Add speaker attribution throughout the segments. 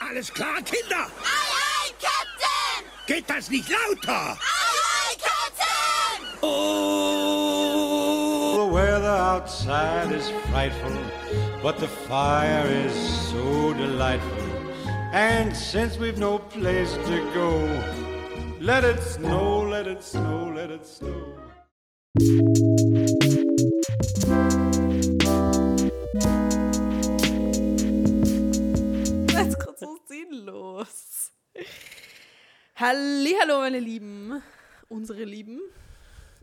Speaker 1: Alles klar, Kinder?
Speaker 2: Aye, aye, Captain!
Speaker 1: Geht das nicht lauter?
Speaker 2: Aye, aye, Captain!
Speaker 1: Oh!
Speaker 3: The weather outside is frightful, but the fire is so delightful. And since we've no place to go, let it snow, let it snow, let it snow.
Speaker 4: Das ist gerade so sinnlos. Hallihallo, meine Lieben, unsere Lieben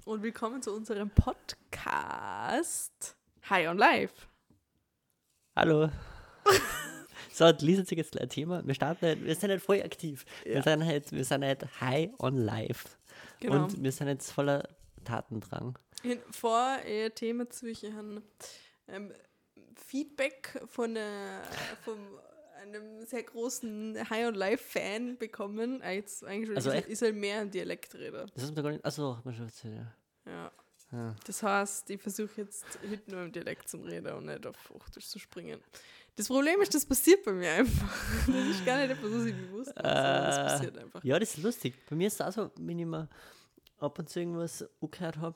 Speaker 4: und willkommen zu unserem Podcast High on Life.
Speaker 5: Hallo. So, und Lisa sich jetzt ein Thema. Wir starten halt, wir sind halt voll aktiv. Wir, sind halt, wir sind halt high on life.
Speaker 4: Genau.
Speaker 5: Und wir sind jetzt voller Tatendrang.
Speaker 4: In, vor äh, Themen zwischen ähm, Feedback von, äh, von einem sehr großen High on Life Fan bekommen. Ah, jetzt eigentlich schon
Speaker 5: Also
Speaker 4: ist,
Speaker 5: echt?
Speaker 4: er- ist er mehr ein Dialektredner.
Speaker 5: Das ist mir gar nicht. Achso, mal schon erzählen.
Speaker 4: Ja.
Speaker 5: Ja.
Speaker 4: Das heißt, ich versuche jetzt hinten nur im Dialekt zum Reden und nicht auf Hochdeutsch zu springen. Das Problem ist, das passiert bei mir einfach. Das ist gar nicht etwas, was ich bewusst mache, sondern das
Speaker 5: Äh,
Speaker 4: passiert einfach.
Speaker 5: Ja, das ist lustig. Bei mir ist es auch so, wenn ich mal ab und zu irgendwas angehört habe,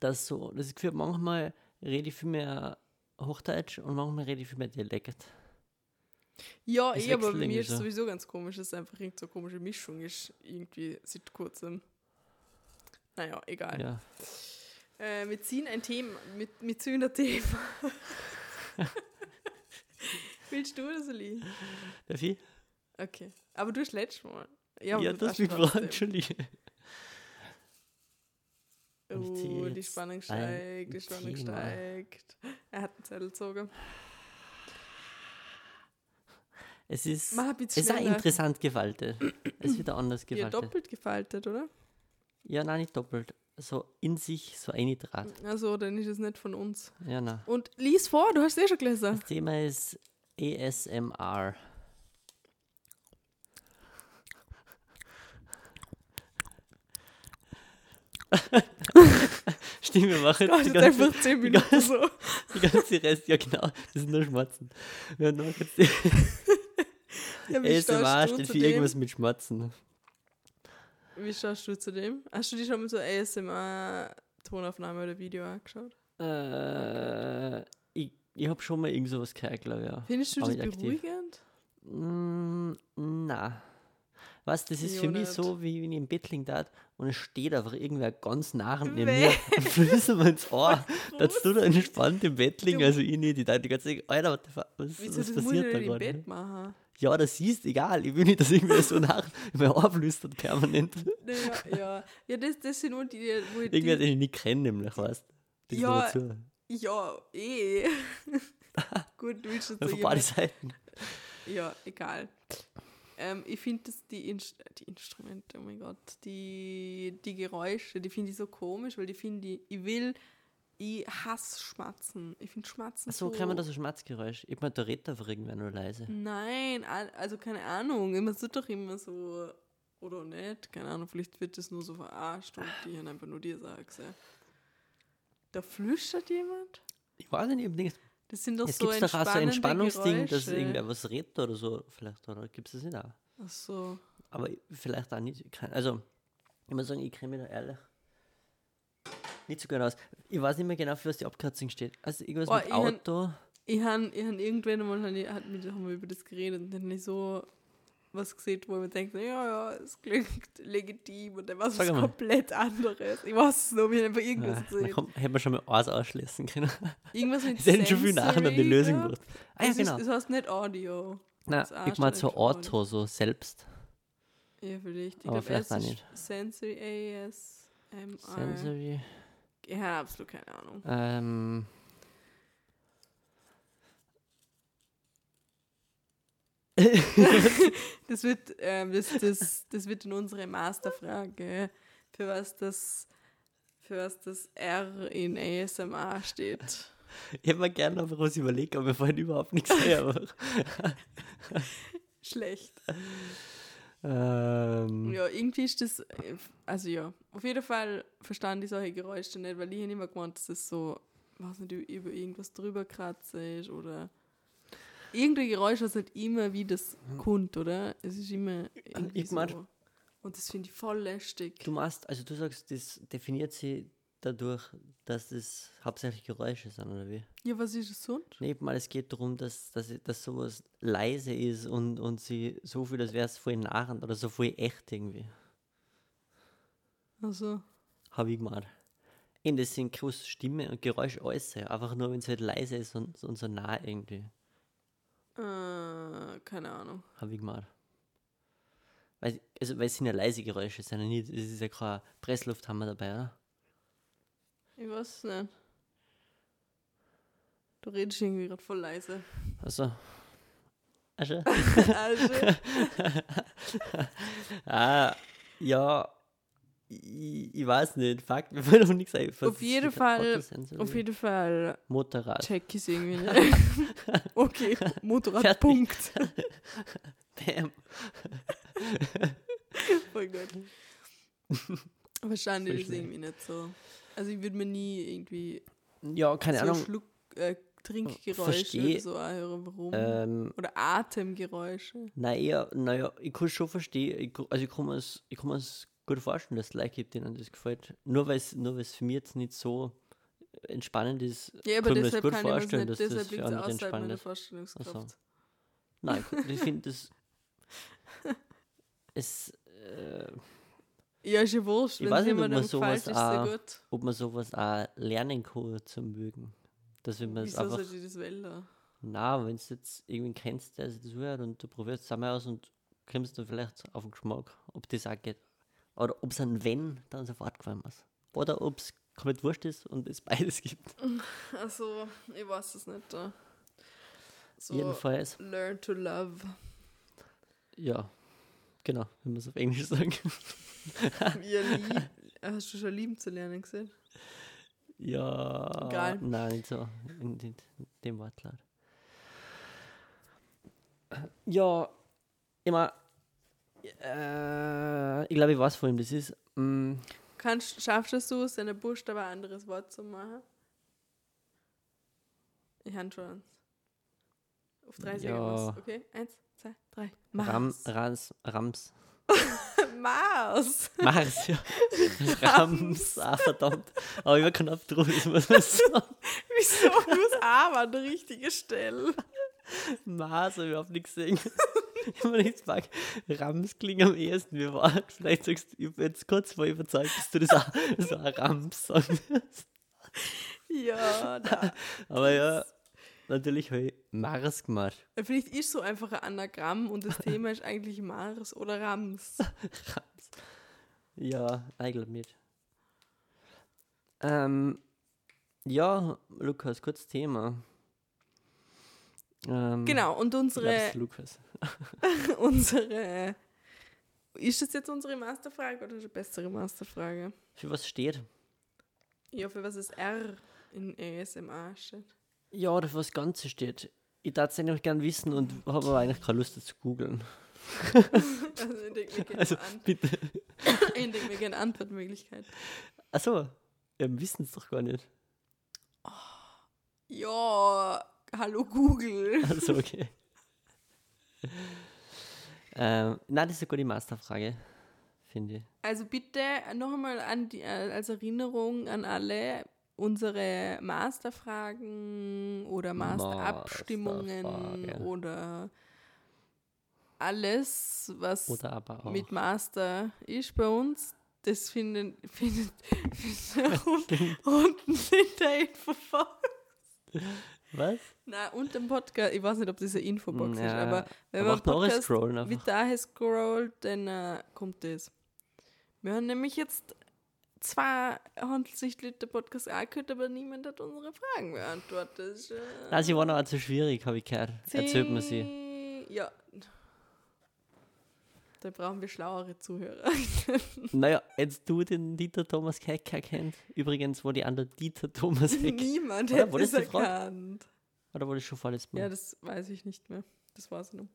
Speaker 5: dass so, das Gefühl, hab, manchmal rede ich viel mehr Hochdeutsch und manchmal rede ich viel mehr Dialekt.
Speaker 4: Ja,
Speaker 5: das
Speaker 4: eh, aber bei
Speaker 5: wechselt
Speaker 4: mir
Speaker 5: irgendwie
Speaker 4: ist es
Speaker 5: so.
Speaker 4: sowieso ganz komisch, dass es einfach irgend so eine komische Mischung ist, irgendwie seit kurzem. Naja, egal.
Speaker 5: Ja.
Speaker 4: Äh, wir ziehen ein Thema, mit, wir ziehen ein Thema. Willst du das, Lee?
Speaker 5: Darf ich?
Speaker 4: Okay. Aber du hast letztes Mal.
Speaker 5: Ja,
Speaker 4: aber
Speaker 5: ja
Speaker 4: du
Speaker 5: das
Speaker 4: darfst
Speaker 5: mich
Speaker 4: trotzdem.
Speaker 5: gefragt, Entschuldige. Und ich zieh
Speaker 4: Oh, die
Speaker 5: jetzt
Speaker 4: Spannung
Speaker 5: ein
Speaker 4: steigt, die Spannung
Speaker 5: Thema.
Speaker 4: steigt. Er hat einen Zettel gezogen.
Speaker 5: Es ist,
Speaker 4: Mach ein
Speaker 5: es
Speaker 4: bisschen
Speaker 5: ist auch
Speaker 4: schneller.
Speaker 5: interessant gewaltet. Es wird auch anders
Speaker 4: Ja,
Speaker 5: gewaltet. Ja,
Speaker 4: doppelt gefaltet, oder?
Speaker 5: nein, nicht doppelt. So in sich, so ein Draht.
Speaker 4: Also, dann ist es nicht von uns.
Speaker 5: Ja, nein.
Speaker 4: Und lies vor, du hast es eh schon gelesen.
Speaker 5: Das Thema ist ASMR. Stimmt, wir machen
Speaker 4: Du
Speaker 5: jetzt die
Speaker 4: hast jetzt
Speaker 5: ganze,
Speaker 4: einfach 10 Minuten
Speaker 5: ganze-
Speaker 4: so.
Speaker 5: die ganze Rest. Ja, genau. Das sind nur Schmatzen. Wir haben nur kurz die
Speaker 4: Ja, wie
Speaker 5: ASMR
Speaker 4: stehst du
Speaker 5: steht
Speaker 4: zu
Speaker 5: für
Speaker 4: dem?
Speaker 5: irgendwas mit Schmatzen.
Speaker 4: Wie schaust du zu dem? Hast du dir schon mal so ASMR-Tonaufnahme oder Video angeschaut?
Speaker 5: Äh, ich ich habe schon mal irgend sowas gehört, glaube ich. Ja.
Speaker 4: Findest du
Speaker 5: Aber
Speaker 4: das
Speaker 5: nicht aktiv.
Speaker 4: beruhigend?
Speaker 5: Mm, na. Was, das ist
Speaker 4: Ich
Speaker 5: für
Speaker 4: auch
Speaker 5: mich
Speaker 4: nicht.
Speaker 5: so, wie wenn ich im Bett liegen darf und es steht einfach irgendwer ganz nah neben
Speaker 4: Weh.
Speaker 5: mir und flüstert mir ins Ohr, dass du da entspannt im Bett liegen, also ich nicht. Ich dachte die ganze Zeit, Alter, what the fuck, was,
Speaker 4: Wieso,
Speaker 5: was
Speaker 4: das muss ich
Speaker 5: passiert da
Speaker 4: nicht im
Speaker 5: gerade?
Speaker 4: Bett machen?
Speaker 5: Ja, das ist egal. Ich will nicht, dass irgendwer so nach in mein Ohr flüstert permanent.
Speaker 4: Naja, ja. Ja, das, das sind nur die, wo ich
Speaker 5: Irgendwer,
Speaker 4: die,
Speaker 5: den ich nicht kenne, nämlich, weißt du? Das
Speaker 4: Ja,
Speaker 5: ist dazu.
Speaker 4: Ja, eh. Gut, du willst jetzt so
Speaker 5: Von beiden
Speaker 4: jemand,
Speaker 5: Seiten.
Speaker 4: Ja, egal. Ähm, ich finde, dass die, Inst die Instrumente, oh mein Gott, die, die Geräusche, die finde ich so komisch, weil die finde ich, ich will, ich hasse Schmatzen. Ich finde Schmatzen
Speaker 5: Ach so, kann man das so Schmatzgeräusch? Ich meine, da redet einfach irgendwer nur leise.
Speaker 4: Nein, al- also keine Ahnung, man tut doch immer so, oder nicht, keine Ahnung, vielleicht wird das nur so verarscht und die haben einfach nur dir sagst. Ja. Da flüstert jemand?
Speaker 5: Ich weiß nicht, ich hab nichts
Speaker 4: Das sind doch
Speaker 5: Es
Speaker 4: so
Speaker 5: gibt doch auch so ein
Speaker 4: entspannende
Speaker 5: Entspannungsding, dass
Speaker 4: Geräusche.
Speaker 5: irgendwer was redet oder so, vielleicht, oder gibt es das nicht auch?
Speaker 4: Ach so.
Speaker 5: Aber vielleicht auch nicht. kein- Also, ich muss sagen, ich kenne mich da ehrlich nicht so gut aus. Ich weiß nicht mehr genau, für was die Abkürzung steht. Also, irgendwas
Speaker 4: Boah,
Speaker 5: mit
Speaker 4: Oh, ich hab-
Speaker 5: Auto.
Speaker 4: Ich habe ich han irgendwann einmal han ich, hat mit, haben wir über das geredet und dann hab ich so was gesehen, wo man denkt, ja, ja, es klingt legitim und dann war es
Speaker 5: Sag
Speaker 4: was
Speaker 5: mal.
Speaker 4: komplett anderes. Ich weiß es noch, ich habe einfach irgendwas
Speaker 5: Ah, da
Speaker 4: gesehen.
Speaker 5: komm, hätte man schon mal eins ausschließen können.
Speaker 4: Irgendwas mit
Speaker 5: Sie hätten schon viel
Speaker 4: Sensory
Speaker 5: nachher an die Lösung
Speaker 4: gehabt.
Speaker 5: gebracht. Ah, ja,
Speaker 4: Das
Speaker 5: genau.
Speaker 4: Ist, das heißt nicht Audio.
Speaker 5: Nein,
Speaker 4: das Arsch
Speaker 5: ich meine,
Speaker 4: hat
Speaker 5: so
Speaker 4: schon mal-
Speaker 5: Auto, so selbst.
Speaker 4: Ah, Ja, vielleicht. Ich
Speaker 5: Aber
Speaker 4: glaube,
Speaker 5: vielleicht
Speaker 4: es
Speaker 5: auch
Speaker 4: ist
Speaker 5: nicht.
Speaker 4: Sensory ASMR.
Speaker 5: Sensory.
Speaker 4: Ich habe absolut keine Ahnung.
Speaker 5: Ähm.
Speaker 4: Das wird, ähm, das, das, das wird in unsere Masterfrage, für was das, für was das R in ASMR steht.
Speaker 5: Ich hätte mir gerne einfach was überlegt, aber mir fällt überhaupt nichts ein. aber-
Speaker 4: Schlecht.
Speaker 5: ähm.
Speaker 4: Ja, irgendwie ist das, äh, also ja, auf jeden Fall verstand ich solche Geräusche nicht, weil ich hätte immer gemeint, dass das so, weiß nicht, über irgendwas drüber kratzt oder irgendein Geräusch, was halt immer wie das kommt, oder? Es ist immer irgendwie
Speaker 5: Hm. ich mein-
Speaker 4: so. Und das finde ich voll lästig.
Speaker 5: Du machst, also du sagst, das definiert sie dadurch, dass das hauptsächlich Geräusche sind, oder wie?
Speaker 4: ja, was ist es sonst?
Speaker 5: Nee, mal, es geht darum, dass, dass, dass sowas leise ist und, und sie so viel, als wäre es voll narrend oder so voll echt irgendwie.
Speaker 4: Also,
Speaker 5: Habe ich gemeint. Und das sind große Stimme und Geräusch äußere, einfach nur, wenn es halt leise ist und, und so nah irgendwie.
Speaker 4: äh, keine Ahnung.
Speaker 5: Habe ich gemeint. Weil, also, weil es sind ja leise Geräusche, es, sind ja nicht, es ist ja kein Presslufthammer dabei, oder?
Speaker 4: Ich weiß es nicht. Du redest irgendwie gerade voll leise.
Speaker 5: Also. Also.
Speaker 4: Also,
Speaker 5: ah, ja. Ich, ich weiß nicht. Fuck, mir will noch nichts ein.
Speaker 4: auf jeden Fall, auf jeden Fall
Speaker 5: Motorrad.
Speaker 4: check ich irgendwie nicht. okay, Motorrad,
Speaker 5: Fertig.
Speaker 4: Punkt.
Speaker 5: Bam.
Speaker 4: Voll gut.
Speaker 5: Voll
Speaker 4: Wahrscheinlich ist es
Speaker 5: schnell.
Speaker 4: irgendwie nicht so. Also ich würde mir nie irgendwie
Speaker 5: Ja, keine
Speaker 4: so
Speaker 5: Ahnung.
Speaker 4: Schluck, äh, Trinkgeräusche
Speaker 5: Versteh.
Speaker 4: oder so auch hören, warum.
Speaker 5: Ähm,
Speaker 4: oder Atemgeräusche.
Speaker 5: naja, naja, ich kann schon verstehen. Ich, kann- also ich kann mir es ich kann mir's gut vorstellen, dass es Leute gibt, denen das gefällt. Nur weil es nur weil's für mich jetzt nicht so entspannend ist,
Speaker 4: Ja, aber
Speaker 5: kann ich mir das
Speaker 4: deshalb
Speaker 5: gut
Speaker 4: kann ich mir das
Speaker 5: vorstellen,
Speaker 4: nicht,
Speaker 5: dass
Speaker 4: deshalb
Speaker 5: das für
Speaker 4: liegt es
Speaker 5: andere
Speaker 4: außerhalb
Speaker 5: entspannend
Speaker 4: meiner
Speaker 5: ist.
Speaker 4: Vorstellungskraft.
Speaker 5: Ach so. Nein, ich- ich finde das. Es, äh,
Speaker 4: Ja, ist ja wurscht,
Speaker 5: Ich
Speaker 4: wenn
Speaker 5: weiß
Speaker 4: es
Speaker 5: nicht, ob
Speaker 4: jemandem
Speaker 5: man
Speaker 4: gefällt,
Speaker 5: sowas
Speaker 4: ist sehr
Speaker 5: auch-
Speaker 4: gut.
Speaker 5: ob man sowas auch lernen kann zum Mögen. Dass wenn man es
Speaker 4: Wieso
Speaker 5: einfach.
Speaker 4: sollte ich das wählen?
Speaker 5: Na, wenn du jetzt irgendwen kennst, der sich das hört und du probierst es einmal aus und kommst du vielleicht auf den Geschmack, ob das auch geht. Oder ob es ein Wenn dann sofort gefallen ist. Oder ob es komplett wurscht ist und es beides gibt.
Speaker 4: Also, ich weiß es nicht. äh. So,
Speaker 5: Jedenfalls,
Speaker 4: learn to love.
Speaker 5: ja. Genau, wenn man es auf Englisch sagen.
Speaker 4: Ja, lieb. Hast du schon lieben zu lernen gesehen?
Speaker 5: ja.
Speaker 4: Egal.
Speaker 5: Nein, nicht so. In, in, in dem Wortlaut. Ja, immer. Äh, ich glaube, ich weiß, vor allem das ist. Mm,
Speaker 4: Kannst, schaffst du es, aus einer Buchstabe ein anderes Wort zu machen? Ich habe schon eins. Auf drei
Speaker 5: Ja.
Speaker 4: Sekunden. Okay, eins, zwei, drei.
Speaker 5: Ram,
Speaker 4: Mars.
Speaker 5: Rans, Rams.
Speaker 4: Mars.
Speaker 5: Mars, ja. Rams, ah, verdammt. Aber über knapp drüber ist man sagen.
Speaker 4: Wieso muss A an der richtigen Stelle?
Speaker 5: Mars, hab ich überhaupt nichts gesehen. Ich hab mir nichts gesagt. Rams klingt am ehesten wie Wort. Vielleicht sagst du, ich bin jetzt kurz vor überzeugt, dass du das auch, das auch Rams sagen wirst.
Speaker 4: Ja, da.
Speaker 5: Aber ja, natürlich habe ich Mars gemacht.
Speaker 4: Vielleicht ist so einfach ein Anagramm und das Thema ist eigentlich Mars oder Rams.
Speaker 5: Rams. Ja, ich glaube nicht. Ähm, ja, Lukas, kurz Thema. Ähm,
Speaker 4: Genau, und
Speaker 5: Ich glaub, es
Speaker 4: unsere,
Speaker 5: ist Lukas.
Speaker 4: unsere. Ist das jetzt unsere Masterfrage oder eine bessere Masterfrage?
Speaker 5: Für was steht?
Speaker 4: Ja, für was ist R in ASMR steht?
Speaker 5: Ja, oder für was Ganze steht. Ich darf es eigentlich gerne wissen und habe aber eigentlich keine Lust, das zu googeln.
Speaker 4: Also, ich denke, wir gehen
Speaker 5: Also,
Speaker 4: an.
Speaker 5: bitte.
Speaker 4: Ich denke, wir gehen Antwortmöglichkeit.
Speaker 5: Achso, wir wissen es doch gar nicht.
Speaker 4: Ja, hallo Google.
Speaker 5: Achso, okay. ähm, nein, das ist eine gute Masterfrage, finde ich.
Speaker 4: Also bitte noch einmal an die, äh, als Erinnerung an alle unsere Masterfragen oder Masterabstimmungen
Speaker 5: Masterfrage.
Speaker 4: oder alles, was
Speaker 5: Oder aber auch.
Speaker 4: mit Master ist bei uns. Das finden, findet, findet unten, unten in der Infobox.
Speaker 5: was?
Speaker 4: Na, unter dem Podcast, ich weiß nicht, ob das eine Infobox ist,
Speaker 5: Mm, Ja,
Speaker 4: aber wenn
Speaker 5: aber
Speaker 4: man
Speaker 5: auch noch
Speaker 4: Podcast
Speaker 5: scrollen einfach.
Speaker 4: mit daher scrollt, dann äh, kommt das. Wir haben nämlich jetzt zwar handelt sich der Podcast angehört, aber niemand hat unsere Fragen beantwortet. Äh,
Speaker 5: Nein, sie waren auch zu schwierig, habe ich gehört. Erzählt mir sie.
Speaker 4: Ja. Da brauchen wir schlauere Zuhörer.
Speaker 5: Naja, jetzt du den Dieter Thomas Hecker kennt. Übrigens, wo die andere Dieter Thomas Heck.
Speaker 4: Niemand
Speaker 5: Oder?
Speaker 4: hätte
Speaker 5: Wurde
Speaker 4: es
Speaker 5: das Hm. gefragt?
Speaker 4: erkannt.
Speaker 5: Oder wurde schon vorletztes Mal?
Speaker 4: Ja, das weiß ich nicht mehr. Das war's noch.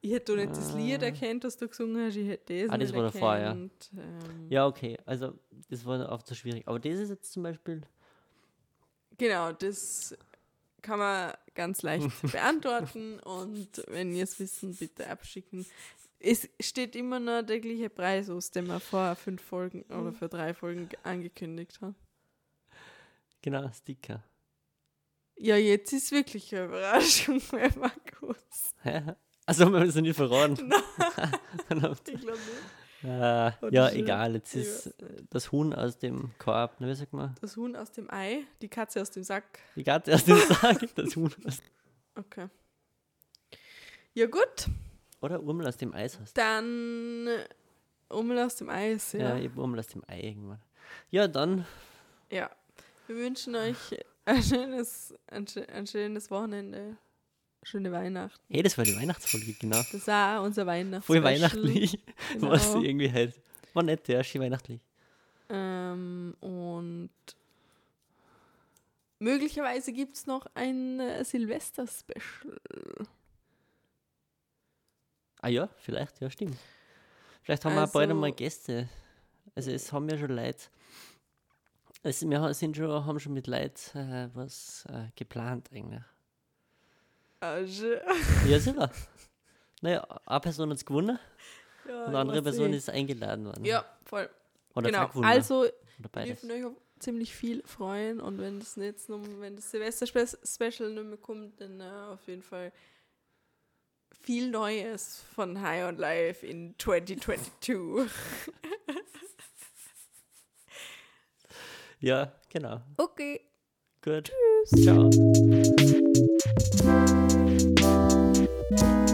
Speaker 4: Ich hätte doch nicht das Lied erkannt, das du gesungen hast. Ich hätte das
Speaker 5: Ah, das
Speaker 4: nicht
Speaker 5: war der Fall, ja.
Speaker 4: erkannt. Ähm,
Speaker 5: Ja, okay. Also, das war auch zu schwierig. Aber das ist jetzt zum Beispiel.
Speaker 4: Genau, das kann man, ganz leicht zu beantworten und wenn ihr es wissen, bitte abschicken. Es steht immer noch der gleiche Preis aus, den wir vor fünf Folgen oder für drei Folgen ge- angekündigt haben.
Speaker 5: Genau, Sticker.
Speaker 4: Ja, jetzt ist wirklich eine Überraschung, wenn man kurz.
Speaker 5: Hä? Also haben wir es noch nicht verraten.
Speaker 4: Ich glaube nicht. Oh,
Speaker 5: äh, ja,
Speaker 4: das ist-
Speaker 5: egal. Jetzt
Speaker 4: ich
Speaker 5: ist das Huhn aus dem Korb. Na, wie sagt man?
Speaker 4: Das Huhn aus dem Ei, die Katze aus dem Sack.
Speaker 5: Die Katze aus dem Sack. Das Huhn aus
Speaker 4: Okay. Ja, gut.
Speaker 5: Oder Urmel aus dem Eis hast.
Speaker 4: Dann Ummel aus dem Eis,
Speaker 5: Ja,
Speaker 4: ja.
Speaker 5: ich hab Urmel aus dem Ei irgendwann. Ja, dann
Speaker 4: Ja. Wir wünschen euch ein schönes, ein, schö- ein schönes Wochenende. Schöne Weihnachten.
Speaker 5: Hey, das war die Weihnachtsfolge, genau.
Speaker 4: Das war auch unser Weihnachts.
Speaker 5: Voll weihnachtlich,
Speaker 4: Genau.
Speaker 5: was irgendwie halt. War nett, ja, schön weihnachtlich.
Speaker 4: Ähm, und möglicherweise gibt es noch ein äh, Silvester-Special.
Speaker 5: Ah ja, vielleicht, ja, stimmt. Vielleicht haben wir auch bald
Speaker 4: Also-
Speaker 5: einmal Gäste. Also es haben ja schon Leute. Also wir ha- sind schon, haben schon mit Leuten äh, was äh, geplant eigentlich.
Speaker 4: Also,
Speaker 5: Ja, sicher. Naja, eine Person hat es gewonnen
Speaker 4: ja,
Speaker 5: und
Speaker 4: ich
Speaker 5: eine andere
Speaker 4: weiß
Speaker 5: Person
Speaker 4: nicht.
Speaker 5: ist eingeladen worden.
Speaker 4: Ja, voll.
Speaker 5: Oder zwei
Speaker 4: genau.
Speaker 5: gewonnen.
Speaker 4: Also,
Speaker 5: Oder
Speaker 4: wir
Speaker 5: beides.
Speaker 4: dürfen euch auf ziemlich viel freuen und wenn das jetzt noch, wenn das Silvester-Special nicht mehr kommt, dann äh, auf jeden Fall viel Neues von High on Life in 2022.
Speaker 5: Ja, genau.
Speaker 4: Okay.
Speaker 5: Gut. Tschüss. Ciao.